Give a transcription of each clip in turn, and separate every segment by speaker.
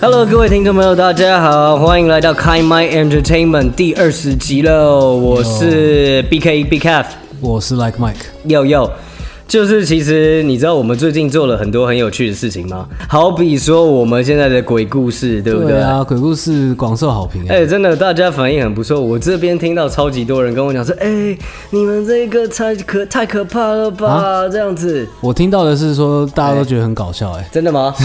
Speaker 1: Hello，各位听众朋友，大家好，欢迎来到开麦 Entertainment 第二十集喽！我是 BK BKF，
Speaker 2: 我是 Like Mike，
Speaker 1: yo yo，就是其实你知道我们最近做了很多很有趣的事情吗？好比说我们现在的鬼故事，对不对？
Speaker 2: 对啊，鬼故事广受好评啊
Speaker 1: 哎、，真的，大家反应很不错。我这边听到超级多人跟我讲说，哎、你们这个太可太可怕了吧？这样子，
Speaker 2: 我听到的是说大家都觉得很搞笑哎，
Speaker 1: 真的吗？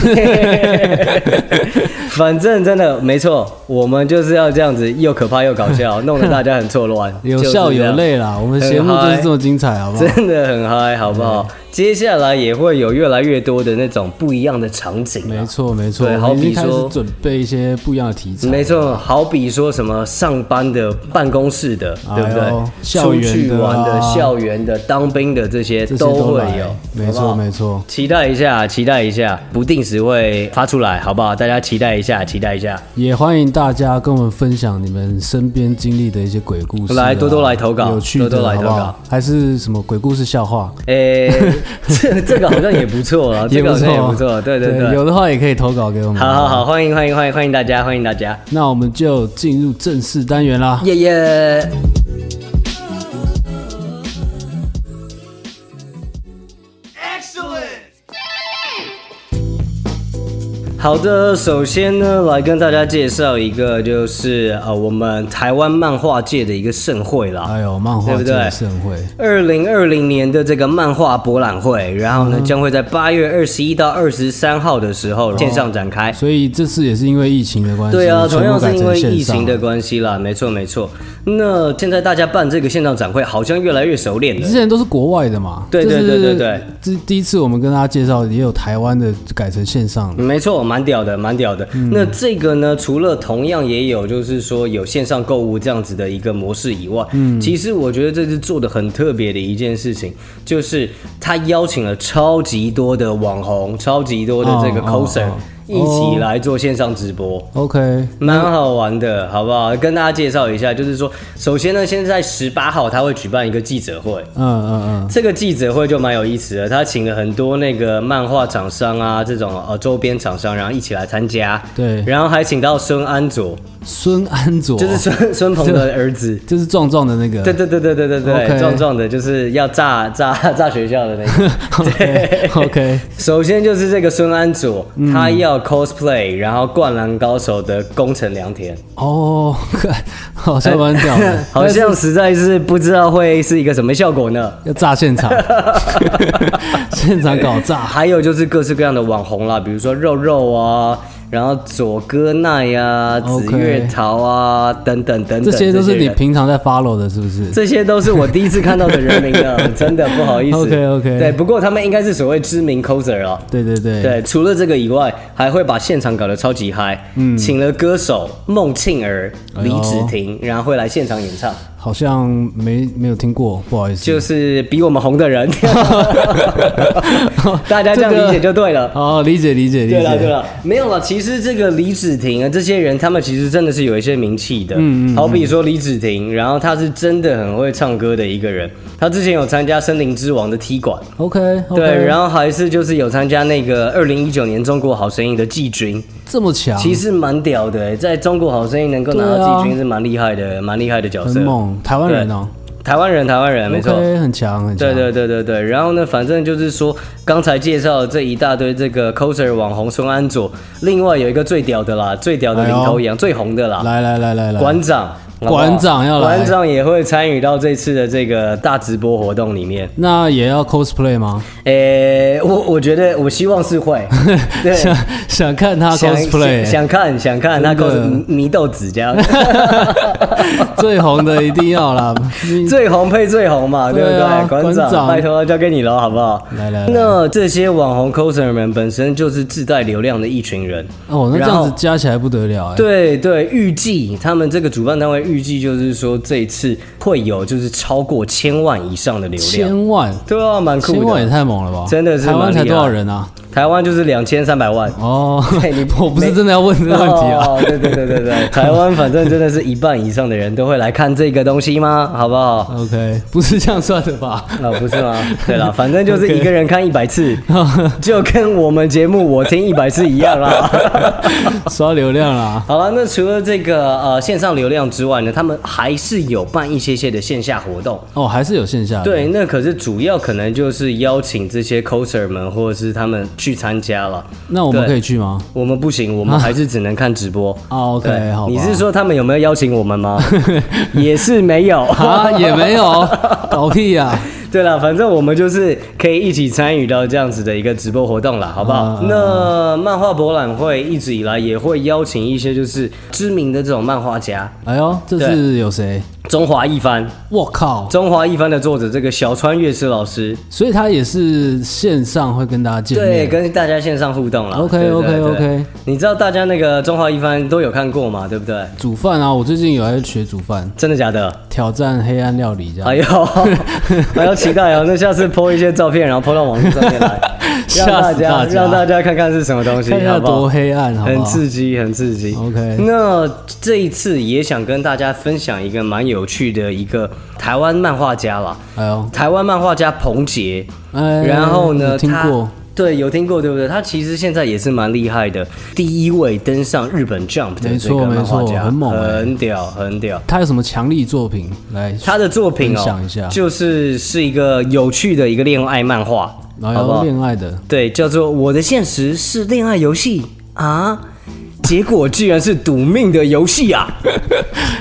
Speaker 1: 反正真的没错，我们就是要这样子，又可怕又搞笑，弄得大家很错乱，
Speaker 2: 有
Speaker 1: 就是
Speaker 2: 笑
Speaker 1: 这
Speaker 2: 有
Speaker 1: 样哎
Speaker 2: 泪啦，我们节目就是这么精彩，好不好？
Speaker 1: 真的很嗨，好不好？
Speaker 2: 嗯
Speaker 1: 接下来也会有越来越多的那种不一样的场景啊、
Speaker 2: 没错没错，
Speaker 1: 对
Speaker 2: 我
Speaker 1: 好
Speaker 2: 们
Speaker 1: 比
Speaker 2: 已经开
Speaker 1: 说
Speaker 2: 始准备一些不一样的题材，
Speaker 1: 没错，好比说什么上班的、办公室的，
Speaker 2: 哎
Speaker 1: 对
Speaker 2: 呦
Speaker 1: 不对？
Speaker 2: 校
Speaker 1: 出
Speaker 2: 园
Speaker 1: 去
Speaker 2: 的啊
Speaker 1: 玩的、校园的、当兵的这些
Speaker 2: 这些
Speaker 1: 都会
Speaker 2: 来
Speaker 1: 有，
Speaker 2: 没
Speaker 1: 好不
Speaker 2: 错
Speaker 1: 好
Speaker 2: 没错，
Speaker 1: 期待一下，期待一下，不定时会发出来，好不好？大家期待一下，期待一下。
Speaker 2: 也欢迎大家跟我们分享你们身边经历的一些鬼故事啊，
Speaker 1: 来多多来投稿
Speaker 2: 有趣的
Speaker 1: 多多来投稿
Speaker 2: 好不好还是什么鬼故事笑话？
Speaker 1: 诶、这这个好像也不错啊，这个好 像也不错，对对对。
Speaker 2: 有的话也可以投稿给我们。
Speaker 1: 好好好，欢迎欢迎欢迎欢迎大家，欢迎大家，
Speaker 2: 那我们就进入正式单元啦。
Speaker 1: 耶耶！好的，首先呢，来跟大家介绍一个，就是呃，我们台湾漫画界的一个盛会啦。
Speaker 2: 哎呦，漫画
Speaker 1: 对不
Speaker 2: 界
Speaker 1: 对
Speaker 2: 的盛会，
Speaker 1: 二零二零年的这个漫画博览会，然后呢，将会在八月二十一到二十三号的时候线上展开。
Speaker 2: 所以这次也是因为疫情的关系，
Speaker 1: 对啊，
Speaker 2: 嗯全
Speaker 1: 同样
Speaker 2: 部改
Speaker 1: 是因
Speaker 2: 成
Speaker 1: 为
Speaker 2: 线
Speaker 1: 疫
Speaker 2: 上
Speaker 1: 情的。关系啦，没错没错。那现在大家办这个线上展会，好像越来越熟练了
Speaker 2: 之。前都是国外的嘛，
Speaker 1: 对对
Speaker 2: 这是
Speaker 1: 对对对，
Speaker 2: 这第一次我们跟大家介绍，也有台湾的改成线上的，
Speaker 1: 没错，蛮屌的，蛮屌的。
Speaker 2: 嗯
Speaker 1: 那这个呢，除了同样也有，就是说有线上购物这样子的一个模式以外，嗯，其实我觉得这次做的很特别的一件事情，就是他邀请了超级多的网红，超级多的这个
Speaker 2: 哦哦
Speaker 1: coser、
Speaker 2: 哦
Speaker 1: 一起来做线上直播。
Speaker 2: OK，嗯
Speaker 1: 蛮好玩的，好不好？跟大家介绍一下，就是说，首先呢，现在十八号他会举办一个记者会，
Speaker 2: 嗯嗯
Speaker 1: 这个记者会就蛮有意思的，他请了很多那个漫画厂商啊，这种呃周边厂商，然后一起来参加，
Speaker 2: 对
Speaker 1: 然后还请到孙安佐，
Speaker 2: 嗯，孙安佐
Speaker 1: 就是孙孙鹏的儿子。
Speaker 2: 就是壮壮的那个，
Speaker 1: 对 对对对对对对
Speaker 2: OK
Speaker 1: 壮壮的，就是要炸炸炸学校的那个。
Speaker 2: OK OK，
Speaker 1: 首先就是这个孙安佐，他要 cosplay，然后《灌篮高手》的宫城良田。，
Speaker 2: 哦， 看好像蛮屌的
Speaker 1: 哎好像实在是不知道会是一个什么效果呢。
Speaker 2: 要炸 现场，现场搞炸，
Speaker 1: 啊还有就是各式各样的网红啦，比如说肉肉啊，然后佐歌奈啊、
Speaker 2: OK
Speaker 1: 紫月桃啊等等等等，
Speaker 2: 这些都是
Speaker 1: 这
Speaker 2: 你
Speaker 1: 人。
Speaker 2: 平常在 follow 的，是不是？
Speaker 1: 这些都是我第一次看到的人名 了，真的不好意思。
Speaker 2: OK，OK
Speaker 1: 对，不过他们应该是所谓知名 coser 啊。
Speaker 2: 对对对，
Speaker 1: 对，除了这个以外，还会把现场搞得超级嗨。嗯，请了歌手孟庆儿、
Speaker 2: 哎
Speaker 1: 李
Speaker 2: 呦
Speaker 1: 芷婷，然后会来现场演唱。
Speaker 2: 好像没没有听过，不好意 思。
Speaker 1: 就是比我们红的 人，大家这样理解就对了。
Speaker 2: 哦，理解理解理解。
Speaker 1: 对了对了，没有了。其实这个李芷婷啊，这些人他们其实真的是有一些名气的。嗯嗯好比说李芷婷，然后她是真的很会唱歌的一个人。她之前有参加《森林之王》的踢馆，
Speaker 2: OK，,
Speaker 1: 对，
Speaker 2: 后
Speaker 1: 然后还是就是有参加那个二零一九年中国好声音的季军，
Speaker 2: 这么强，
Speaker 1: 其实蛮屌的欸，在中国好声音能够拿到季军是蛮厉害的，蛮厉害的角色
Speaker 2: 啊很。猛，台湾人哦，
Speaker 1: 台湾人，台湾啊人，没错。
Speaker 2: OK，很强很强。
Speaker 1: 对对对对对，然后呢，反正就是说，刚才介绍的这一大堆这个 coser 网红孙安佐，另外有一个最屌的啦，最屌的领头羊，最红的啦，
Speaker 2: 来来来来来，
Speaker 1: 馆长，好不好
Speaker 2: 哎馆长要来
Speaker 1: 馆长也会参与到这次的这个大直播活动里面。
Speaker 2: 那也要 cosplay 吗？
Speaker 1: 诶，我我觉得我希望是 会，对，
Speaker 2: 想想看他
Speaker 1: 想
Speaker 2: cosplay，
Speaker 1: 想看想看那
Speaker 2: 真的
Speaker 1: cos 迷迷豆子这样，
Speaker 2: 最红的一定 要啦。你
Speaker 1: 最红配最红嘛，对不
Speaker 2: 对啊
Speaker 1: 对？馆
Speaker 2: 馆
Speaker 1: 长，
Speaker 2: 长
Speaker 1: 拜托交给你了，好不好？
Speaker 2: 来来来，
Speaker 1: 那这些网红 coser 们本身就是自带流量的一群人，
Speaker 2: 哦，那这
Speaker 1: 然
Speaker 2: 样
Speaker 1: 后
Speaker 2: 子加起来不得了哎。
Speaker 1: 对对，预计他们这个主办单位预计就是说这一次会有就是超过千万以上的流量，
Speaker 2: 千万，
Speaker 1: 对啊，蛮酷
Speaker 2: 千万也
Speaker 1: 的。
Speaker 2: 太猛了吧！
Speaker 1: 真的是
Speaker 2: 台湾
Speaker 1: 蛮厉害
Speaker 2: 才多少人啊？
Speaker 1: 台湾就是两千三百万。
Speaker 2: 哦，
Speaker 1: 对你
Speaker 2: 我不是真的要问这个问题啊。
Speaker 1: 哦，对对对对对，台湾反正真的是一半以上的人都会来看这个东西吗？好不好？
Speaker 2: OK，不是这样算的吧？
Speaker 1: 啊、不是吗？对了，反正就是一个人看一百次就跟我们节目我听一百次一样啦。
Speaker 2: 刷流量啦。
Speaker 1: 好了，那除了这个呃线上流量之外呢，他们还是有办一些些的线下活动。
Speaker 2: 哦，还是有线下的。
Speaker 1: 对，那可是主要可能就是邀请这些 coser 们或者是他们去参加了。
Speaker 2: 那我们
Speaker 1: 对
Speaker 2: 可以去吗？
Speaker 1: 我们不行，我们还是只能看直播。
Speaker 2: 哦，OK，
Speaker 1: 对
Speaker 2: 好吧
Speaker 1: 你是说他们有没有邀请我们 吗？也是没有。
Speaker 2: 啊，也 没有，搞屁呀、
Speaker 1: 对了，反正我们就是可以一起参与到这样子的一个直播活动了，好不
Speaker 2: 啊
Speaker 1: 好？那漫画博览会一直以来也会邀请一些就是知名的这种漫画家，
Speaker 2: 哎呦，这是有谁？
Speaker 1: 中华一番，
Speaker 2: 我靠！
Speaker 1: 中华一番的作者这个小川月之老师，
Speaker 2: 所以他也是线上会跟大家见
Speaker 1: 对，
Speaker 2: 面。
Speaker 1: 跟大家线上互动了。
Speaker 2: 嗯 OK，
Speaker 1: 对对
Speaker 2: OK，
Speaker 1: 对
Speaker 2: OK
Speaker 1: 你知道大家那个中华一番都有看过嘛？对不对？
Speaker 2: 煮饭啊，我最近有在学煮饭，
Speaker 1: 真的假的？
Speaker 2: 挑战黑暗料理这样。
Speaker 1: 哎呦，还要期待哦！那下次 po 一些照片，然后 po 到网络上面 来，让
Speaker 2: 吓死
Speaker 1: 家
Speaker 2: 大家
Speaker 1: 让大家看看是什么东西，
Speaker 2: 看一
Speaker 1: 好
Speaker 2: 下
Speaker 1: 不好
Speaker 2: 多黑暗，好不
Speaker 1: 很
Speaker 2: 好？
Speaker 1: 刺激，很刺激。
Speaker 2: OK
Speaker 1: 那这一次也想跟大家分享一个蛮有趣的一个台湾漫画家啦，
Speaker 2: 哎呦，
Speaker 1: 台湾漫画家彭杰。
Speaker 2: 哎，
Speaker 1: 然后呢，
Speaker 2: 有听
Speaker 1: 他
Speaker 2: 过，
Speaker 1: 对，有听过，对不对？他其实现在也是蛮厉害的，第一位登上日本 Jump 的
Speaker 2: 没
Speaker 1: 这个
Speaker 2: 错
Speaker 1: 漫画
Speaker 2: 没错
Speaker 1: 家，
Speaker 2: 很猛欸
Speaker 1: 很屌，很屌。
Speaker 2: 他有什么强力作品来？
Speaker 1: 他的作品
Speaker 2: 分
Speaker 1: 哦
Speaker 2: 享一下，
Speaker 1: 就是是一个有趣的一个恋爱漫画，
Speaker 2: 然
Speaker 1: 好不
Speaker 2: 后
Speaker 1: 好？
Speaker 2: 恋爱的，
Speaker 1: 对，叫做《我的现实是恋爱游戏》啊，结果居然是赌命的游戏啊！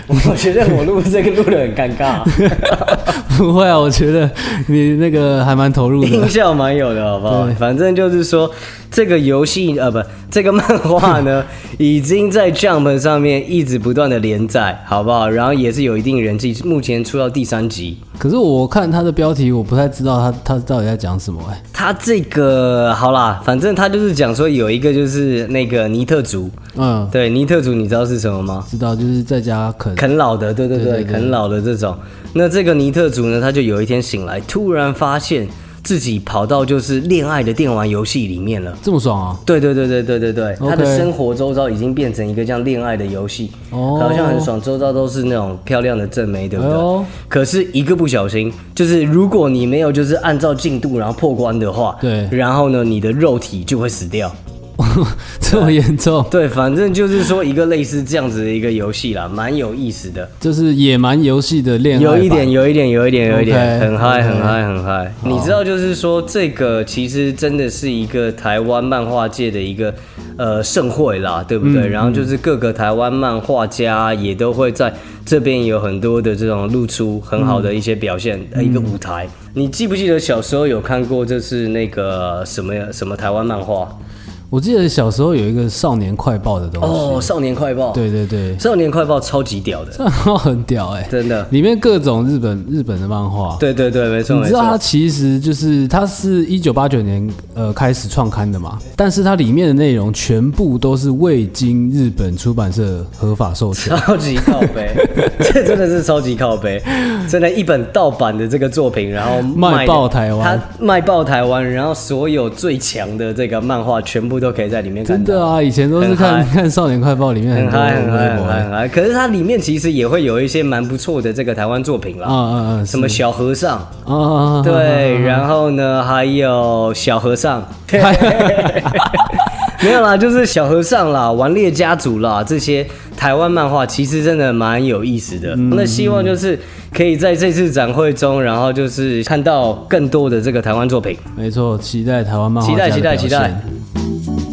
Speaker 1: 我觉得我录这个录的很尴尬、啊
Speaker 2: 不会啊，我觉得你那个还蛮投入
Speaker 1: 音
Speaker 2: 的。
Speaker 1: 效蛮有的，好不好？反正就是说，这个游戏呃不，这个漫画呢，已经在 Jump 上面一直不断的连载，好不好？然后也是有一定人气，目前出到第三集。
Speaker 2: 可是我看他的标题，我不太知道他他到底在讲什么哎。
Speaker 1: 他这个好啦，反正他就是讲说有一个就是那个尼特族，
Speaker 2: 嗯，
Speaker 1: 对尼特族，你知道是什么吗？
Speaker 2: 知道就是在家啃。
Speaker 1: 啃老的，对对对，
Speaker 2: 对对对
Speaker 1: 啃老的这种。那这个尼特族呢，他就有一天醒来，突然发现自己跑到就是恋爱的电玩游戏里面了。
Speaker 2: 这么爽啊！
Speaker 1: 对对对对对对对
Speaker 2: OK
Speaker 1: 他的生活周遭已经变成一个这样恋爱的游戏，
Speaker 2: 哦
Speaker 1: 好像很爽，周遭都是那种漂亮的正妹，对不对？
Speaker 2: 哎呦
Speaker 1: 可是一个不小心，就是如果你没有就是按照进度然后破关的话，
Speaker 2: 对
Speaker 1: 然后呢，你的肉体就会死掉。
Speaker 2: 这么严重，
Speaker 1: 对，反正就是说一个类似这样子的一个游戏啦，蛮有意思的。
Speaker 2: 就是野蛮游戏的恋爱版
Speaker 1: 有一点，有一点，有一点，有一点，
Speaker 2: OK，
Speaker 1: 很嗨，
Speaker 2: OK
Speaker 1: 很嗨，很嗨。你知道，就是说，这个其实真的是一个台湾漫画界的一个呃盛会啦，对不
Speaker 2: 嗯
Speaker 1: 对？然后就是各个台湾漫画家也都会在这边有很多的这种露出很好的一些表现，呃一个舞台。
Speaker 2: 嗯
Speaker 1: 你记不记得小时候有看过，就是那个什么什么台湾漫画？
Speaker 2: 我记得小时候有一个少年快报的东西，
Speaker 1: 哦，少年快报。，
Speaker 2: 对对对，
Speaker 1: 少年快报超级屌的，
Speaker 2: 这很屌哎、
Speaker 1: 真的。
Speaker 2: 里面各种日本日本的漫画。
Speaker 1: 对对对，没错
Speaker 2: 你
Speaker 1: 没
Speaker 2: 知道它
Speaker 1: 错。
Speaker 2: 其实就是它是一九八九年呃开始创刊的嘛，但是它里面的内容全部都是未经日本出版社合法授权。
Speaker 1: 超级靠 背，这真的是超级靠背，真的，一本盗版的这个作品，然后
Speaker 2: 卖爆台湾
Speaker 1: 他卖爆台湾，然后所有最强的这个漫画全部都可以在里面看
Speaker 2: 真
Speaker 1: 到。
Speaker 2: 的啊，以前都是看
Speaker 1: 很
Speaker 2: 看少年快报里面很
Speaker 1: 很
Speaker 2: 多
Speaker 1: 嗨很嗨
Speaker 2: 微
Speaker 1: 很
Speaker 2: 博
Speaker 1: 嗨
Speaker 2: 欸，
Speaker 1: 很嗨，可是它里面其实也会有一些蛮不错的这个台湾作品
Speaker 2: 啊
Speaker 1: 啦，
Speaker 2: 啊啊，
Speaker 1: 什么小和尚，
Speaker 2: 啊啊啊，
Speaker 1: 对，然后呢还有小和 尚，没有啦，就是小和尚啦，顽劣家族啦，这些台湾漫画其实真的蛮有意思
Speaker 2: 嗯
Speaker 1: 的。那希望就是可以在这次展会中，然后就是看到更多的这个台湾作品。
Speaker 2: 没错，期待台湾漫画
Speaker 1: 期待
Speaker 2: 家的
Speaker 1: 期待
Speaker 2: 表
Speaker 1: 期待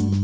Speaker 2: 现。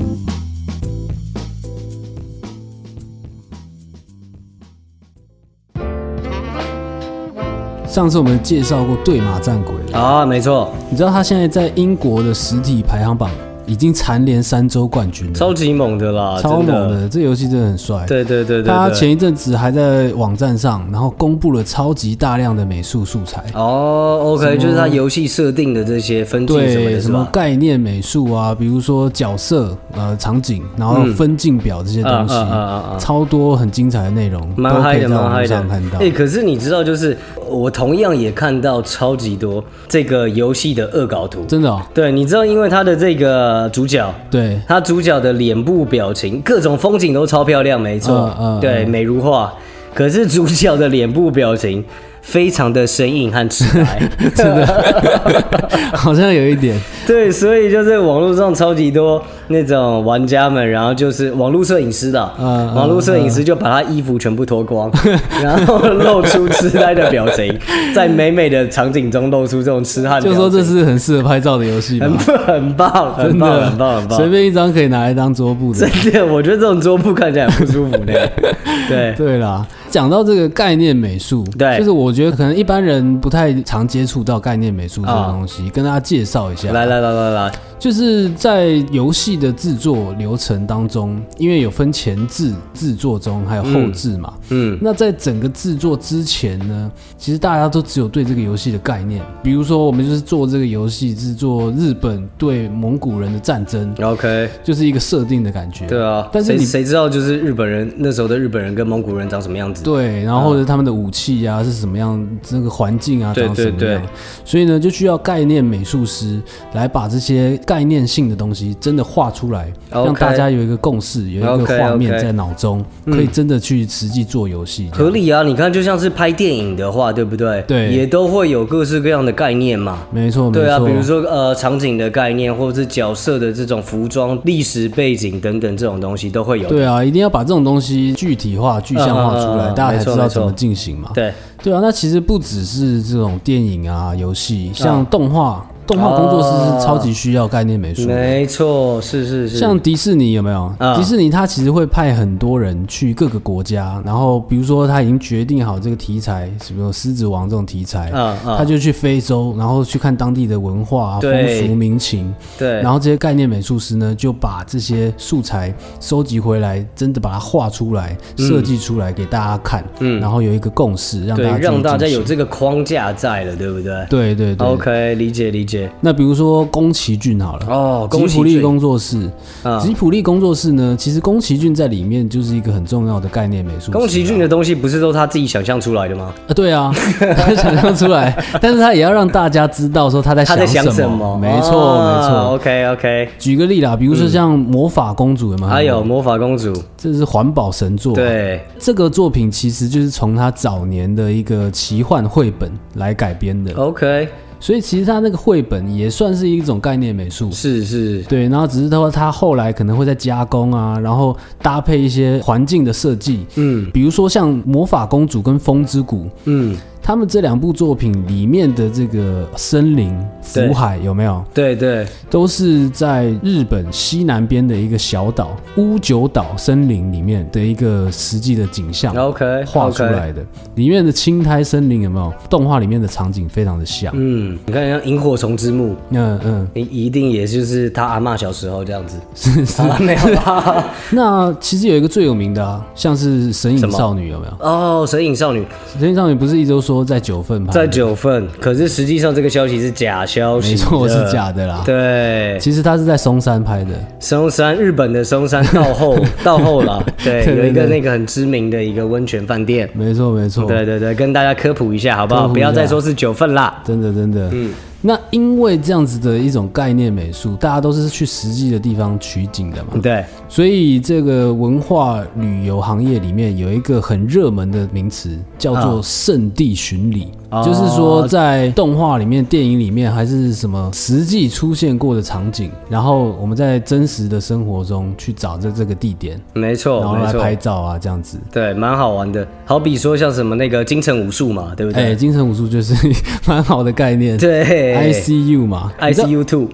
Speaker 2: 上次我们介绍过对马战鬼，
Speaker 1: 啊，没错，
Speaker 2: 你知道他现在在英国的实体排行榜已经蝉联三周冠军了，
Speaker 1: 超级猛的啦，
Speaker 2: 超
Speaker 1: 真
Speaker 2: 猛。的，这游戏真的很帅。
Speaker 1: 对对对对
Speaker 2: 他
Speaker 1: 对。
Speaker 2: 前一阵子还在网站上，然后公布了超级大量的美术素材，
Speaker 1: 哦，OK，就是他游戏设定的这些分镜什么
Speaker 2: 对
Speaker 1: 的，是
Speaker 2: 什么
Speaker 1: 吧？
Speaker 2: 概念美术啊，比如说角色、呃场景，然
Speaker 1: 嗯
Speaker 2: 后分镜表这些东西
Speaker 1: 嗯嗯嗯嗯嗯，
Speaker 2: 超多很精彩的内容，
Speaker 1: 蛮
Speaker 2: 都可
Speaker 1: 嗨
Speaker 2: 以
Speaker 1: 的，
Speaker 2: 在
Speaker 1: 蛮
Speaker 2: 网
Speaker 1: 嗨
Speaker 2: 络上
Speaker 1: 的
Speaker 2: 看。到
Speaker 1: 哎，。可是你知道，就是我同样也看到超级多这个游戏的恶搞图。
Speaker 2: 真的哦，
Speaker 1: 对，你知道，因为他的这个主角，
Speaker 2: 对，
Speaker 1: 他主角的脸部表情，各种风景都超漂亮，没错，
Speaker 2: 嗯嗯
Speaker 1: 对，美如画。可是主角的脸部表情非常的生硬和直白，真的。
Speaker 2: 好像有一点，
Speaker 1: 对，所以就是网络上超级多那种玩家们，然后就是网络摄影师的，
Speaker 2: 嗯嗯
Speaker 1: 网络摄影师就把他衣服全部脱光，
Speaker 2: 啊
Speaker 1: 然后露出痴呆的表情，在美美的场景中露出这种痴汉表情，
Speaker 2: 就说这是很适合拍照的游戏吧
Speaker 1: 很，很棒，很
Speaker 2: 真
Speaker 1: 棒，
Speaker 2: 的，
Speaker 1: 很棒，很棒，
Speaker 2: 随便一张可以拿来当桌布的。
Speaker 1: 真的，我觉得这种桌布看起来很不舒服 的。 对，
Speaker 2: 对啦，讲到这个概念美术，
Speaker 1: 对
Speaker 2: 就是我觉得可能一般人不太常接触到概念美术这个
Speaker 1: 啊
Speaker 2: 东西，跟大家介绍一下。
Speaker 1: 来来来来来，
Speaker 2: 就是在游戏的制作流程当中，因为有分前置制作中还有后置嘛。
Speaker 1: 嗯
Speaker 2: 那在整个制作之前呢，其实大家都只有对这个游戏的概念，比如说我们就是做这个游戏制作日本对蒙古人的战争，
Speaker 1: ，OK，
Speaker 2: 就是一个设定的感觉。
Speaker 1: 对啊，
Speaker 2: 但是
Speaker 1: 谁
Speaker 2: 你
Speaker 1: 谁知道就是日本人那时候的日本人跟蒙古人长什么样子？
Speaker 2: 对，然后或者他们的武器啊是什么样，这个环境啊
Speaker 1: 对
Speaker 2: 长什么
Speaker 1: 对
Speaker 2: 样
Speaker 1: 对，
Speaker 2: 所以呢就需要概念美术师来把这些概念性的东西真的画出来，
Speaker 1: OK
Speaker 2: 让大家有一个共识，有一个
Speaker 1: OK，OK
Speaker 2: 画面在脑中，可以真的去实际做游戏这样。
Speaker 1: 合理啊，你看，就像是拍电影的话，对不对？
Speaker 2: 对
Speaker 1: 也都会有各式各样的概念嘛。
Speaker 2: 没错，没
Speaker 1: 对啊，
Speaker 2: 错
Speaker 1: 比如说呃场景的概念，或者是角色的这种服装、历史背景等等这种东西都会有。
Speaker 2: 对啊，一定要把这种东西具体化、具象化出来，
Speaker 1: 嗯嗯嗯嗯
Speaker 2: 大家才知道
Speaker 1: 没错
Speaker 2: 怎么进行嘛。
Speaker 1: 对，
Speaker 2: 对啊，那其实不只是这种电影啊、游戏，像
Speaker 1: 嗯
Speaker 2: 动画，动画工作
Speaker 1: 啊
Speaker 2: 室是超级需要概念美术的。
Speaker 1: 没错，是是是。
Speaker 2: 像迪士尼有没有？
Speaker 1: 啊
Speaker 2: 迪士尼它其实会派很多人去各个国家，然后比如说他已经决定好这个题材，比如说狮子王这种题材，
Speaker 1: 嗯嗯
Speaker 2: 他就去非洲，然后去看当地的文化、啊、
Speaker 1: 对
Speaker 2: 风俗民情，
Speaker 1: 对
Speaker 2: 然后这些概念美术师呢就把这些素材收集回来，真的把它画出来、
Speaker 1: 嗯
Speaker 2: 设计出来给大家看，然后有一个共识，让大
Speaker 1: 对
Speaker 2: 家自己
Speaker 1: 让大家
Speaker 2: 进行
Speaker 1: 有这个框架在了，对不对？
Speaker 2: 对对对。
Speaker 1: OK，理解理解。
Speaker 2: 那比如说宫崎骏好了，
Speaker 1: 哦宫
Speaker 2: 吉
Speaker 1: 崎
Speaker 2: 普力
Speaker 1: 骏
Speaker 2: 工作室，
Speaker 1: 啊
Speaker 2: 吉普力工作室呢，其实宫崎骏在里面就是一个很重要的概念美术师啊。
Speaker 1: 宫崎骏的东西不是都他自己想象出来的吗？
Speaker 2: 啊，对啊， 他想象出来，但是他也要让大家知道说他在
Speaker 1: 他在想什么？啊哦
Speaker 2: 没错，没错。
Speaker 1: OK OK，
Speaker 2: 举个例啦，比如说像魔法公主有没有？
Speaker 1: 还有魔法公主，
Speaker 2: 这是环保神作。，
Speaker 1: 嗯对，
Speaker 2: 这个作品其实就是从他早年的一个奇幻绘本来改编
Speaker 1: 哦
Speaker 2: 的，
Speaker 1: OK，
Speaker 2: 所以其实他那个绘本也算是一种概念美术。
Speaker 1: 是是，
Speaker 2: 对，然后只是说他后来可能会再加工啊，然后搭配一些环境的设计，
Speaker 1: 嗯
Speaker 2: 比如说像《魔法公主》跟《风之谷》，
Speaker 1: 嗯，
Speaker 2: 他们这两部作品里面的这个森林、
Speaker 1: 对
Speaker 2: 福海有没有，
Speaker 1: 对对，
Speaker 2: 都是在日本西南边的一个小岛乌九岛森林里面的一个实际的景象
Speaker 1: OK，
Speaker 2: 画出
Speaker 1: OK
Speaker 2: 来的。里面的青苔森林有没有？动画里面的场景非常的像。
Speaker 1: 嗯，你看像萤火虫之墓。
Speaker 2: 嗯嗯，
Speaker 1: 一一定也就是他阿嬷小时候这样子，是是、 啊，没有吧？
Speaker 2: 那其实有一个最有名的啊，像是《神隐少女》有没有？
Speaker 1: 哦，《神隐少女》
Speaker 2: 《神隐少女》不是一周说在九份拍
Speaker 1: 在
Speaker 2: 的？
Speaker 1: 九份，可是实际上这个消息是假消息，
Speaker 2: 没错，是假。的啦。
Speaker 1: 对，
Speaker 2: 其实它是在松山拍的，
Speaker 1: 松山，日本的松山到 后到后了，对，
Speaker 2: 对对
Speaker 1: 有一个
Speaker 2: 对
Speaker 1: 那个很知名的一个温泉饭店。
Speaker 2: 没错没错，
Speaker 1: 对对对，跟大家科普一下好不好？
Speaker 2: 科普
Speaker 1: 不
Speaker 2: 一下
Speaker 1: 要再说是九份啦。
Speaker 2: 真的真的。嗯，那因为这样子的一种概念美术，大家都是去实际的地方取景的嘛，
Speaker 1: 对，
Speaker 2: 所以这个文化旅游行业里面有一个很热门的名词，叫
Speaker 1: 啊
Speaker 2: 做圣地巡礼，
Speaker 1: 哦
Speaker 2: 就是说在动画里面、电影里面还是什么实际出现过的场景，然后我们在真实的生活中去找这这个地点，
Speaker 1: 没
Speaker 2: 然
Speaker 1: 错
Speaker 2: 后
Speaker 1: 哦没
Speaker 2: 来
Speaker 1: 错
Speaker 2: 拍，照啊，这样子。
Speaker 1: 对，蛮好玩的。好比说像什么那个京城武术嘛，对不
Speaker 2: 哎、
Speaker 1: 对？
Speaker 2: 精神武术就是 蛮好的概念。
Speaker 1: 对
Speaker 2: ，ICU 嘛你知道
Speaker 1: ICU Two，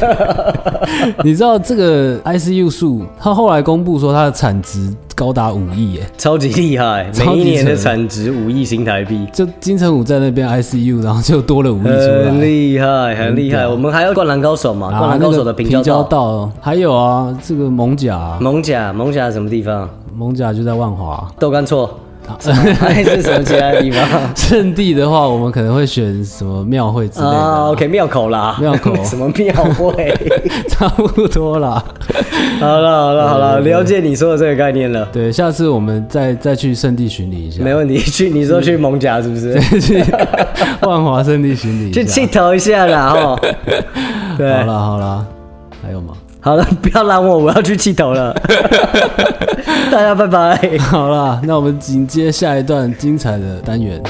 Speaker 2: 你知道这个 ICU 数，它后来公布说它的产值高达五亿耶。
Speaker 1: 超级厉害，
Speaker 2: 超
Speaker 1: 每
Speaker 2: 级
Speaker 1: 一年的
Speaker 2: 扯
Speaker 1: 产值五亿新台币，
Speaker 2: 就金城武在那边 ICU，然后就多了五亿出
Speaker 1: 很
Speaker 2: 来。
Speaker 1: 厉害，很厉害。我们还有《灌篮高手》嘛，《灌
Speaker 2: 啊，
Speaker 1: 篮
Speaker 2: 那
Speaker 1: 高手》
Speaker 2: 个
Speaker 1: 的
Speaker 2: 平
Speaker 1: 平交道，
Speaker 2: 道，还有啊，这个蒙甲啊，
Speaker 1: 蒙甲，蒙甲什么地方？
Speaker 2: 蒙甲就在万华
Speaker 1: 豆干错，
Speaker 2: 啊
Speaker 1: 还是什么其他 地方啊
Speaker 2: 圣地的话，我们可能会选什么庙会之类的啊、
Speaker 1: 啊？OK，庙口啦，
Speaker 2: 庙口
Speaker 1: 什么庙 会？
Speaker 2: 差不多啦。
Speaker 1: 好了好了好了，了解你说的这个概念了，
Speaker 2: 对，下次我们再再去圣地巡礼一下
Speaker 1: 没，问题。去你说
Speaker 2: 嗯
Speaker 1: 去蒙甲是不是？
Speaker 2: 去 万华圣地巡礼
Speaker 1: 去
Speaker 2: 一下。
Speaker 1: 气头一下 啦哈。
Speaker 2: 好
Speaker 1: 对，
Speaker 2: 啦好啦，还有吗？
Speaker 1: 好了，不要拦我，我要去气头 了。大家拜拜。
Speaker 2: 好啦，那我们紧接下一段精彩的单元。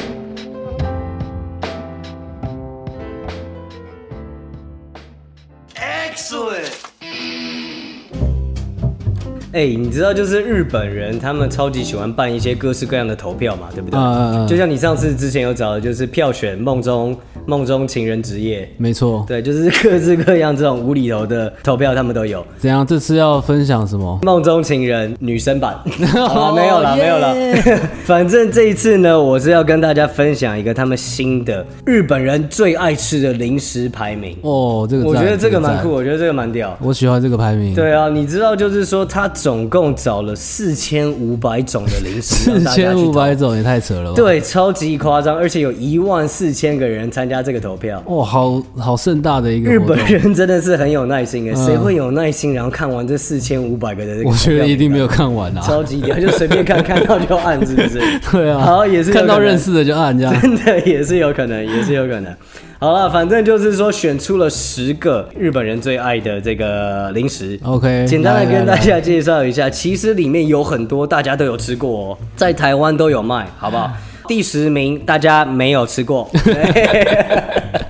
Speaker 1: 哎、你知道就是日本人他们超级喜欢办一些各式各样的投票嘛，对不对？
Speaker 2: 嗯嗯嗯
Speaker 1: 就像你上次之前有找的，就是票选梦中梦中情人职业，
Speaker 2: 没错，
Speaker 1: 对，就是各式各样这种无厘头的投票，他们都有。
Speaker 2: 怎样？这次要分享什么？
Speaker 1: 梦中情人女生 版，好啦
Speaker 2: 哦
Speaker 1: 没有了，
Speaker 2: 耶
Speaker 1: 没有了。 反正这一次呢，我是要跟大家分享一个他们新的日本人最爱吃的零食排名。
Speaker 2: 哦，这个
Speaker 1: 我觉
Speaker 2: 赞
Speaker 1: 得这个蛮
Speaker 2: 赞
Speaker 1: 酷，我觉得这个蛮屌。
Speaker 2: 我喜欢这个排名。，
Speaker 1: 对啊，你知道，就是说，他总共找了四千五百种的零 食，
Speaker 2: 四
Speaker 1: 让大家
Speaker 2: 千
Speaker 1: 去
Speaker 2: 五
Speaker 1: 投。
Speaker 2: 百种也太扯了吧？，
Speaker 1: 对，超级夸张，而且有一万四千个人参加这个投票。
Speaker 2: 哇，好好盛大的一个
Speaker 1: 日
Speaker 2: 活动
Speaker 1: 本 人真的是很有耐心的，欸谁会有耐心然后看完这四千五百个的这个？
Speaker 2: 嗯我觉得一定没有看完啊。
Speaker 1: 超级屌，就随便看看到就按，是不是？
Speaker 2: 对啊，
Speaker 1: 好也是有
Speaker 2: 看到
Speaker 1: 可能
Speaker 2: 认识的就按这 样。
Speaker 1: 真的也是有可能，也是有可能。好了，反正就是说选出了十个日本人最爱的这个零食。
Speaker 2: OK，
Speaker 1: 简单的
Speaker 2: 来
Speaker 1: 跟
Speaker 2: 来
Speaker 1: 大家介绍一下，其实里面有很多大家都有吃过哦，在台湾都有卖，好不 好？第十名大家没有吃过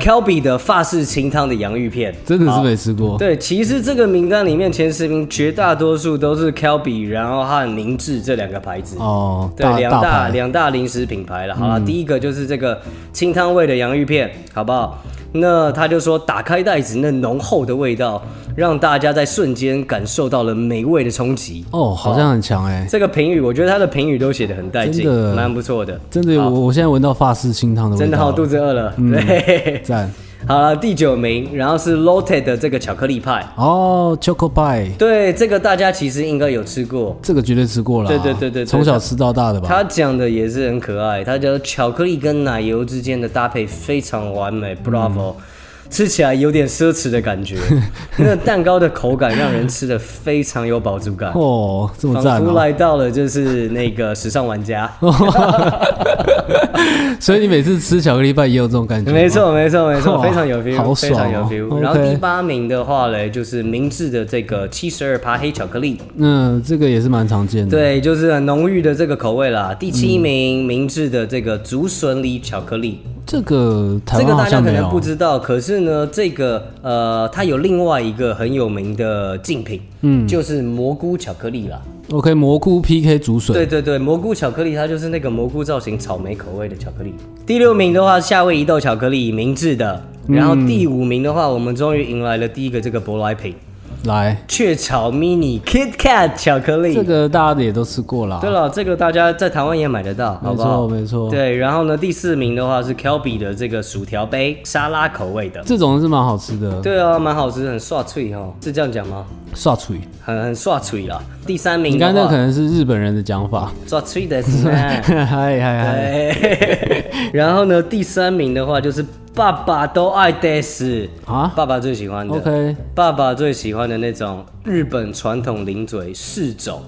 Speaker 1: ，Kelby 的法式清汤的洋芋片，
Speaker 2: 真的是
Speaker 1: 好
Speaker 2: 没吃过。
Speaker 1: 对，其实这个名单里面前十名绝大多数都是 Kelby，然后和明治这两个牌子。
Speaker 2: 哦，
Speaker 1: 对，
Speaker 2: 大
Speaker 1: 两
Speaker 2: 大
Speaker 1: 大
Speaker 2: 牌，嗯
Speaker 1: 两大零食品牌了。好了，第一个就是这个清汤味的洋芋片，好不好？那他就说，打开袋子，那浓厚的味道，让大家在瞬间感受到了美味的冲击。
Speaker 2: 哦，好像很强哎，
Speaker 1: 这个评语，我觉得他的评语都写的很带劲
Speaker 2: 真的，
Speaker 1: 蛮不错的。
Speaker 2: 真的，我我现在闻到法式清汤的味
Speaker 1: 真的好，
Speaker 2: 道，
Speaker 1: 肚子饿了。
Speaker 2: 嗯
Speaker 1: 对，
Speaker 2: 赞。
Speaker 1: 好了，第九名，然后是 Lotte 的这个巧克力派。
Speaker 2: 哦，Choco Pie，
Speaker 1: 对，这个大家其实应该有吃过。
Speaker 2: 这个绝对吃过了啊，
Speaker 1: 对对对对对
Speaker 2: 从小吃到大的吧。
Speaker 1: 他讲的也是很可爱，他觉得巧克力跟奶油之间的搭配非常完美，Bravo！、吃起来有点奢侈的感 觉，那个蛋糕的口感让人吃的非常有饱足 感，
Speaker 2: 哦，这么赞
Speaker 1: 仿佛
Speaker 2: 哦！
Speaker 1: 来到了就是那个时尚玩 家。
Speaker 2: 所以你每次吃巧克力派也有这种感觉，
Speaker 1: 没。错，没错，没错，
Speaker 2: 哇
Speaker 1: 非常有 feel，、
Speaker 2: 好
Speaker 1: 非
Speaker 2: 爽
Speaker 1: 常有
Speaker 2: 哦
Speaker 1: feel。
Speaker 2: OK
Speaker 1: 然后第八名的话嘞，就是明治的这个七十二趴黑巧克力，
Speaker 2: 嗯，这个也是蛮常见的。
Speaker 1: 对，就是很浓郁的这个口味啦。第七名，明治的这个竹笋里巧克力，
Speaker 2: 这个台
Speaker 1: 这个
Speaker 2: 湾
Speaker 1: 大
Speaker 2: 好
Speaker 1: 家
Speaker 2: 像
Speaker 1: 可
Speaker 2: 没
Speaker 1: 能
Speaker 2: 有
Speaker 1: 不。知道，可是呢，这个呃，它有另外一个很有名的竞品，嗯，就是蘑菇巧克力啦。
Speaker 2: OK，蘑菇 PK 竹
Speaker 1: 对
Speaker 2: 笋，
Speaker 1: 对对，蘑菇巧克力它就是那个蘑菇造型草莓口味的巧克力。第六名的话，夏威夷豆巧克力，明治的。
Speaker 2: 嗯
Speaker 1: 然后第五名的话，我们终于迎来了第一个这个舶来品
Speaker 2: 来，
Speaker 1: ——雀巢 mini Kit Kat 巧克力。
Speaker 2: 这个大家也都吃过啦
Speaker 1: 对。了，这个大家在台湾也买得到，好
Speaker 2: 没
Speaker 1: 不好
Speaker 2: 错？没错，
Speaker 1: 对，然后呢，第四名的话是 Kelby 的这个薯条杯沙拉口味的。
Speaker 2: 这种是蛮好吃的，
Speaker 1: 对啊，蛮好吃，很刷脆哦，是这样讲吗？
Speaker 2: 刷脆。
Speaker 1: 很很刷脆啦。第三名
Speaker 2: 你
Speaker 1: 的
Speaker 2: 刚才那
Speaker 1: 话
Speaker 2: 可，能是日本人的讲法。？
Speaker 1: 刷脆的是吗
Speaker 2: 嗨嗨嗨！
Speaker 1: 对 然后呢，第三名的话就是爸爸都爱的是
Speaker 2: 啊
Speaker 1: 爸爸最喜欢的
Speaker 2: OK
Speaker 1: 爸爸最喜欢的那种日本传统零嘴四种，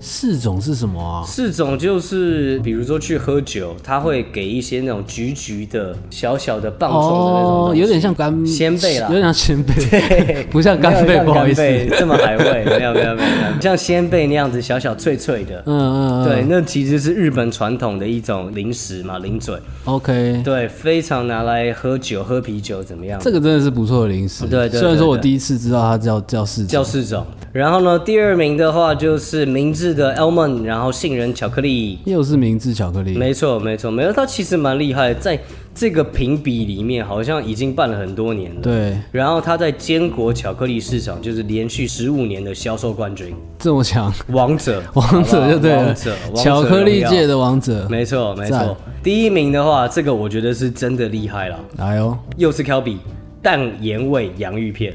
Speaker 2: 四种是什么啊？
Speaker 1: 四种就是比如说去喝酒，他会给一些那种橘橘的小小的棒状的那种东西
Speaker 2: 哦有点像干
Speaker 1: 鲜贝啦
Speaker 2: 有点像鲜贝， 不像干
Speaker 1: 没有像
Speaker 2: 贝，不好意思。
Speaker 1: 干贝
Speaker 2: 嗯
Speaker 1: 这么海味，没有没有没有，没有像鲜贝那样子小小脆脆的。
Speaker 2: 嗯嗯，
Speaker 1: 对，那其实是日本传统的一种零食嘛，零嘴，
Speaker 2: ，OK，
Speaker 1: 对，非常拿来喝酒、喝啤酒怎么样？
Speaker 2: 这个真的是不错的零食。
Speaker 1: 对对对
Speaker 2: 虽然说我
Speaker 1: 对
Speaker 2: 第一次知道它叫叫四种，
Speaker 1: 叫四种。然后呢，第二名的话就是明治的 almond，然后杏仁巧克力。
Speaker 2: 又是明治巧克力。
Speaker 1: 没错，没错，没有，它其实蛮厉害的，在这个评比里面好像已经办了很多年了。
Speaker 2: 对，
Speaker 1: 然后它在坚果巧克力市场就是连续十五年的销售冠军，
Speaker 2: 这 么强，
Speaker 1: 王者，
Speaker 2: 王
Speaker 1: 好不
Speaker 2: 者
Speaker 1: 好
Speaker 2: 就对
Speaker 1: 王
Speaker 2: 了
Speaker 1: 者，，王者
Speaker 2: 巧克力
Speaker 1: 荣耀
Speaker 2: 界的王者。
Speaker 1: 没错，没
Speaker 2: 赞
Speaker 1: 错。第一名的话，这个我觉得是真的厉害了，
Speaker 2: 来哦，
Speaker 1: 又是 Q 比淡盐味洋芋片，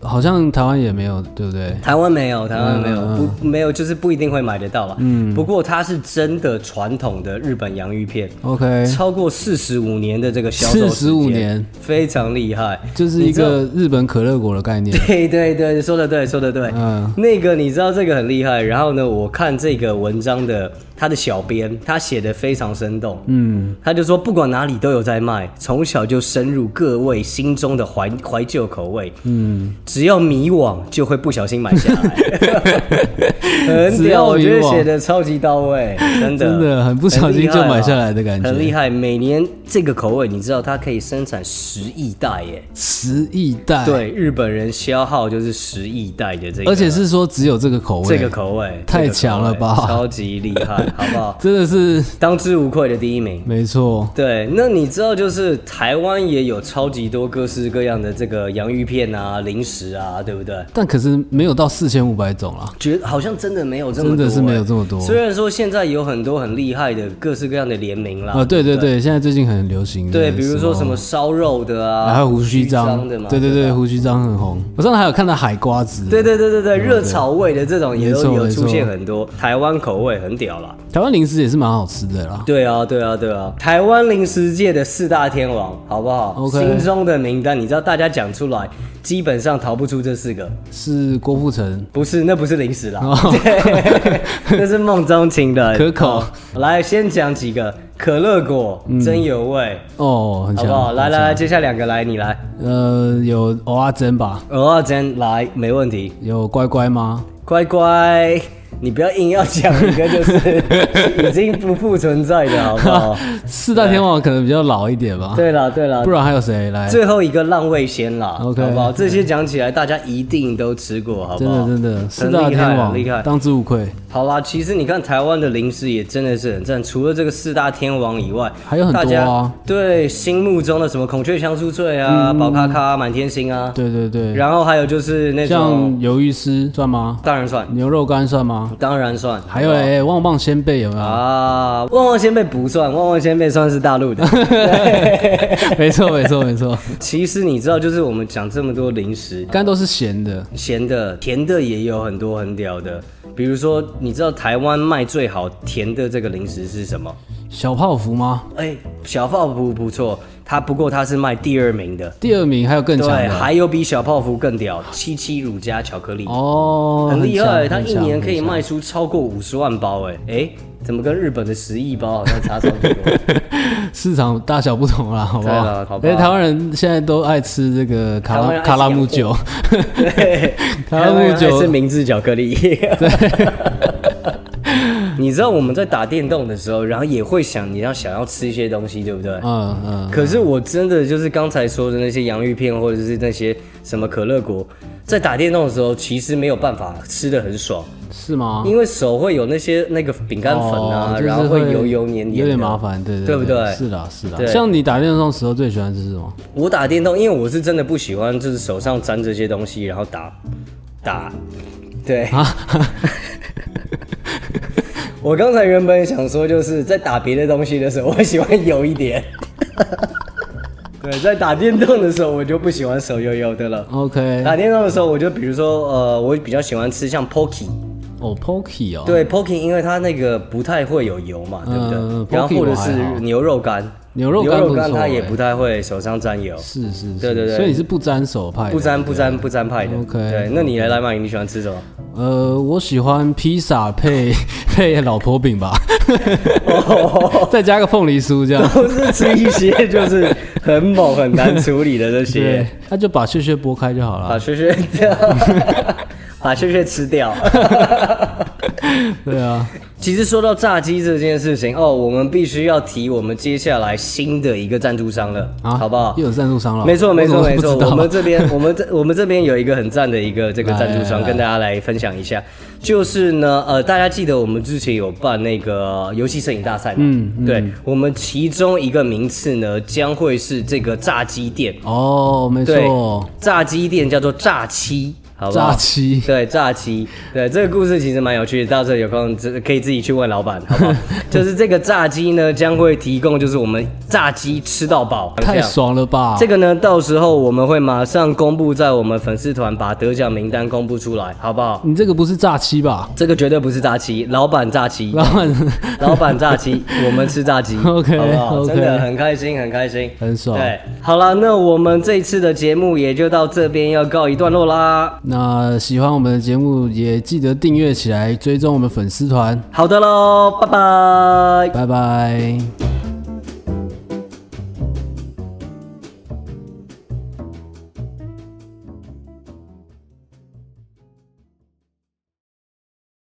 Speaker 2: 好像台湾也没有，对不对？
Speaker 1: 台湾没有，台湾没有，不没有，就是不一定会买得到吧。嗯，不过它是真的传统的日本洋芋片，
Speaker 2: OK，
Speaker 1: 超过四十五年的这个销售时间
Speaker 2: 45年，
Speaker 1: 非常厉害。
Speaker 2: 就是一个日本可乐果的概念。
Speaker 1: 对对对，说的对，说的对。
Speaker 2: 嗯
Speaker 1: 那个你知道这个很厉害。然后呢，我看这个文章的他的小编，他写的非常生动。嗯，他就说不管哪里都有在卖，从小就深入各位心中的怀怀旧口味。嗯，只要迷惘就会不小心买下 来，很
Speaker 2: 只
Speaker 1: 屌，
Speaker 2: 要
Speaker 1: 我觉得
Speaker 2: 迷惘
Speaker 1: 写的超级到位，真的
Speaker 2: 真的很不小心就买下来的感觉
Speaker 1: 很厉害啊。很厉害每年这个口味，你知道它可以生产十亿袋耶。
Speaker 2: 十亿袋，，
Speaker 1: 对，日本人消耗就是十亿袋的这个，
Speaker 2: 哎而且是说只有这个口味，
Speaker 1: 这个口味
Speaker 2: 太
Speaker 1: 这个口
Speaker 2: 强了
Speaker 1: 味
Speaker 2: 吧
Speaker 1: 超级厉害，好不 好？
Speaker 2: 真的是
Speaker 1: 当之无愧的第一名。
Speaker 2: 没错。
Speaker 1: 对，那你知道就是台湾也有超级多各式各样的这个洋芋片啊、零食啊，对不对？
Speaker 2: 但可是没有到四千五百种啊啦。
Speaker 1: 觉得好像真的没有这么多、
Speaker 2: 真的是没有这么
Speaker 1: 欸
Speaker 2: 多
Speaker 1: 虽然说现在有很多很厉害的各式各样的联名啦，
Speaker 2: 啊，对对对，现在最近很流行。
Speaker 1: 对，比如说什么烧肉的啊，
Speaker 2: 还有胡须
Speaker 1: 章
Speaker 2: 章
Speaker 1: 的嘛，，
Speaker 2: 对对
Speaker 1: 吧
Speaker 2: 对，胡须章很红。我上次还有看到海瓜子，
Speaker 1: 对对对对对，热炒味的这种也
Speaker 2: 没
Speaker 1: 都
Speaker 2: 错
Speaker 1: 有
Speaker 2: 没
Speaker 1: 出
Speaker 2: 错
Speaker 1: 现很多，台湾口味很屌啦。
Speaker 2: 台湾零食也是蛮好吃的啦。
Speaker 1: 对啊，对啊，对啊！台湾零食界的四大天王，好不好
Speaker 2: OK
Speaker 1: 心中的名单，你知道大家讲出来，基本上逃不出这四个。
Speaker 2: 是郭富 城，
Speaker 1: 不是，那不是零食啦， 对，那是梦中情的
Speaker 2: 哦可口
Speaker 1: 来，先讲几个，可乐果、
Speaker 2: 嗯
Speaker 1: 真有味，
Speaker 2: 哦，很
Speaker 1: 好
Speaker 2: 强。
Speaker 1: 不好？来来来，接下两个来，你来。
Speaker 2: 呃，有蚵阿珍吧？
Speaker 1: 偶尔真来，没问题。
Speaker 2: 有乖乖吗？
Speaker 1: 乖乖，你不要硬要讲一个就是 已经不复存在的，好不好？
Speaker 2: 四大天王可能比较老一点吧。
Speaker 1: 对了，对了
Speaker 2: 不，然还有谁来？
Speaker 1: 最后一个浪味仙啦
Speaker 2: 哎 OK
Speaker 1: 好不好？这些讲起来，大家一定都吃过，好不
Speaker 2: 真
Speaker 1: 好？
Speaker 2: 的真的，四
Speaker 1: 很
Speaker 2: 大
Speaker 1: 厉
Speaker 2: 天
Speaker 1: 害
Speaker 2: 王
Speaker 1: 很厉害。
Speaker 2: 当之无愧。
Speaker 1: 好啦，其实你看台湾的零食也真的是很赞，除了这个四大天王以外，
Speaker 2: 还有很多啊
Speaker 1: 大家对心目中的什么孔雀香酥脆啊、宝咖咖、满天星啊，
Speaker 2: 嗯对对对，
Speaker 1: 然后还有就是那
Speaker 2: 像
Speaker 1: 种
Speaker 2: 鱿鱼丝算吗？
Speaker 1: 当然算，
Speaker 2: 牛肉干算吗？
Speaker 1: 当然算，
Speaker 2: 还有哎
Speaker 1: 好不好
Speaker 2: 嘞，旺旺仙贝有没有？
Speaker 1: 啊，旺旺仙贝不算，旺旺仙贝算是大陆的。 对
Speaker 2: 没错，没错，没错，
Speaker 1: 其实你知道，就是我们讲这么多零食，
Speaker 2: 干都是咸的。
Speaker 1: 咸的、甜的也有很多很屌的，比如说，你知道台湾卖最好甜的这个零食是什么？
Speaker 2: 小泡芙吗？
Speaker 1: 哎、小泡芙不错，它不过它是卖第二名的，
Speaker 2: 第二名还有更强
Speaker 1: 对，啊
Speaker 2: 的
Speaker 1: 还有比小泡芙更屌，七七乳加巧克力，
Speaker 2: 哦，
Speaker 1: 很厉
Speaker 2: 强
Speaker 1: 害，
Speaker 2: 很
Speaker 1: 它一
Speaker 2: 强
Speaker 1: 年可以
Speaker 2: 很
Speaker 1: 卖出超过五十万包、哎哎、怎么跟日本的十亿包好像差超多？
Speaker 2: 强市场大小不同啦，好不
Speaker 1: 对
Speaker 2: 好
Speaker 1: 啦？好吧
Speaker 2: 因为台湾人现在都爱吃这个卡
Speaker 1: 台湾
Speaker 2: 拉
Speaker 1: 人爱吃
Speaker 2: 卡拉姆
Speaker 1: 洋
Speaker 2: 酒，
Speaker 1: 对，
Speaker 2: 台湾木
Speaker 1: 台湾
Speaker 2: 酒
Speaker 1: 是明治巧克力。 你知道我们在打电动的时候，然后也会想你要想要吃一些东西，对不对？
Speaker 2: 嗯嗯，
Speaker 1: 可是我真的就是刚才说的那些洋芋片，或者是那些什么可乐果，在打电动的时候，其实没有办法吃的很爽，
Speaker 2: 是吗？
Speaker 1: 因为手会有那些那个饼干粉啊，
Speaker 2: 啊哦就是
Speaker 1: 然后会油油黏黏的，
Speaker 2: 有点麻。烦，对
Speaker 1: 对
Speaker 2: 对
Speaker 1: 不对
Speaker 2: 是啦是啦
Speaker 1: 对。
Speaker 2: 像你打电动的时候最喜欢吃什么？
Speaker 1: 我打电动，因为我是真的不喜欢，就是手上沾这些东西，然后打打，对。
Speaker 2: 啊
Speaker 1: 我刚才原本想说，就是在打别的东西的时候，我喜欢油一点。对，在打电动的时候，我就不喜欢手油油的了。
Speaker 2: OK，
Speaker 1: 打电动的时候，我就比如说，呃，我比较喜欢吃像 Pocky，
Speaker 2: 哦，Pocky 哦，，
Speaker 1: 对 Pocky，因为它那个不太会有油嘛，对不对？
Speaker 2: 嗯
Speaker 1: 然后
Speaker 2: Pocky
Speaker 1: 或者
Speaker 2: 我还
Speaker 1: 是
Speaker 2: 好
Speaker 1: 牛肉干，
Speaker 2: 牛肉干
Speaker 1: 牛肉
Speaker 2: 不
Speaker 1: 干
Speaker 2: 错
Speaker 1: 它也
Speaker 2: 欸
Speaker 1: 不太会手上沾油，
Speaker 2: 是是，是
Speaker 1: 对对对
Speaker 2: 所以你是不沾手派的，
Speaker 1: 不沾不沾不沾派的。
Speaker 2: OK
Speaker 1: 对，那你来来嘛，你喜欢吃什么？
Speaker 2: 呃，我喜欢披萨配 配老婆饼吧，
Speaker 1: 哦
Speaker 2: 再加个凤梨酥这样。
Speaker 1: 都是吃一些就是很猛很难处理的这
Speaker 2: 对
Speaker 1: 些，，
Speaker 2: 那就把屑屑剥开就好了
Speaker 1: 把。屑屑掉， 把屑屑吃掉。
Speaker 2: 对啊，
Speaker 1: 其实说到炸鸡这件事情哦，我们必须要提我们接下来新的一个赞助商了，
Speaker 2: 啊，
Speaker 1: 好不好？
Speaker 2: 又有赞助商了。
Speaker 1: 没错，没错，
Speaker 2: 啊
Speaker 1: 没
Speaker 2: 我怎么不知
Speaker 1: 错。
Speaker 2: 道
Speaker 1: 我们这 边，我们这我们这边有一个很赞的一个这个赞助商，
Speaker 2: 来
Speaker 1: 跟大家来分享一下。就是呢，呃，大家记得我们之前有办那个游戏摄影大赛嘛？嗯，对。我们其中一个名次呢，将会是这个炸鸡店，
Speaker 2: 哦，没
Speaker 1: 对
Speaker 2: 错，
Speaker 1: 炸鸡店叫做炸七。好不好
Speaker 2: 诈？欺。
Speaker 1: 对，诈欺。对，这个故事其实蛮有趣的，到时候有空自可以自己去问老板，好 不好？就是这个炸鸡呢，将会提供就是我们炸鸡吃到饱，这
Speaker 2: 太
Speaker 1: 样
Speaker 2: 爽了吧！
Speaker 1: 这个呢，到时候我们会马上公布在我们粉丝团，把得奖名单公布出来，好不好？
Speaker 2: 你这个不是诈欺吧？
Speaker 1: 这个绝对不是诈欺，老板诈欺，
Speaker 2: 老板
Speaker 1: 老板炸 鸡，我们吃炸鸡
Speaker 2: OK，
Speaker 1: 好不好
Speaker 2: OK
Speaker 1: 真的很开心，很开心，
Speaker 2: 很爽
Speaker 1: 对，好了，那我们这一次的节目也就到这边要告一段落啦。
Speaker 2: 那喜欢我们的节目，也记得订阅起来，追踪我们粉丝团。
Speaker 1: 好的喽，拜拜。
Speaker 2: 拜拜。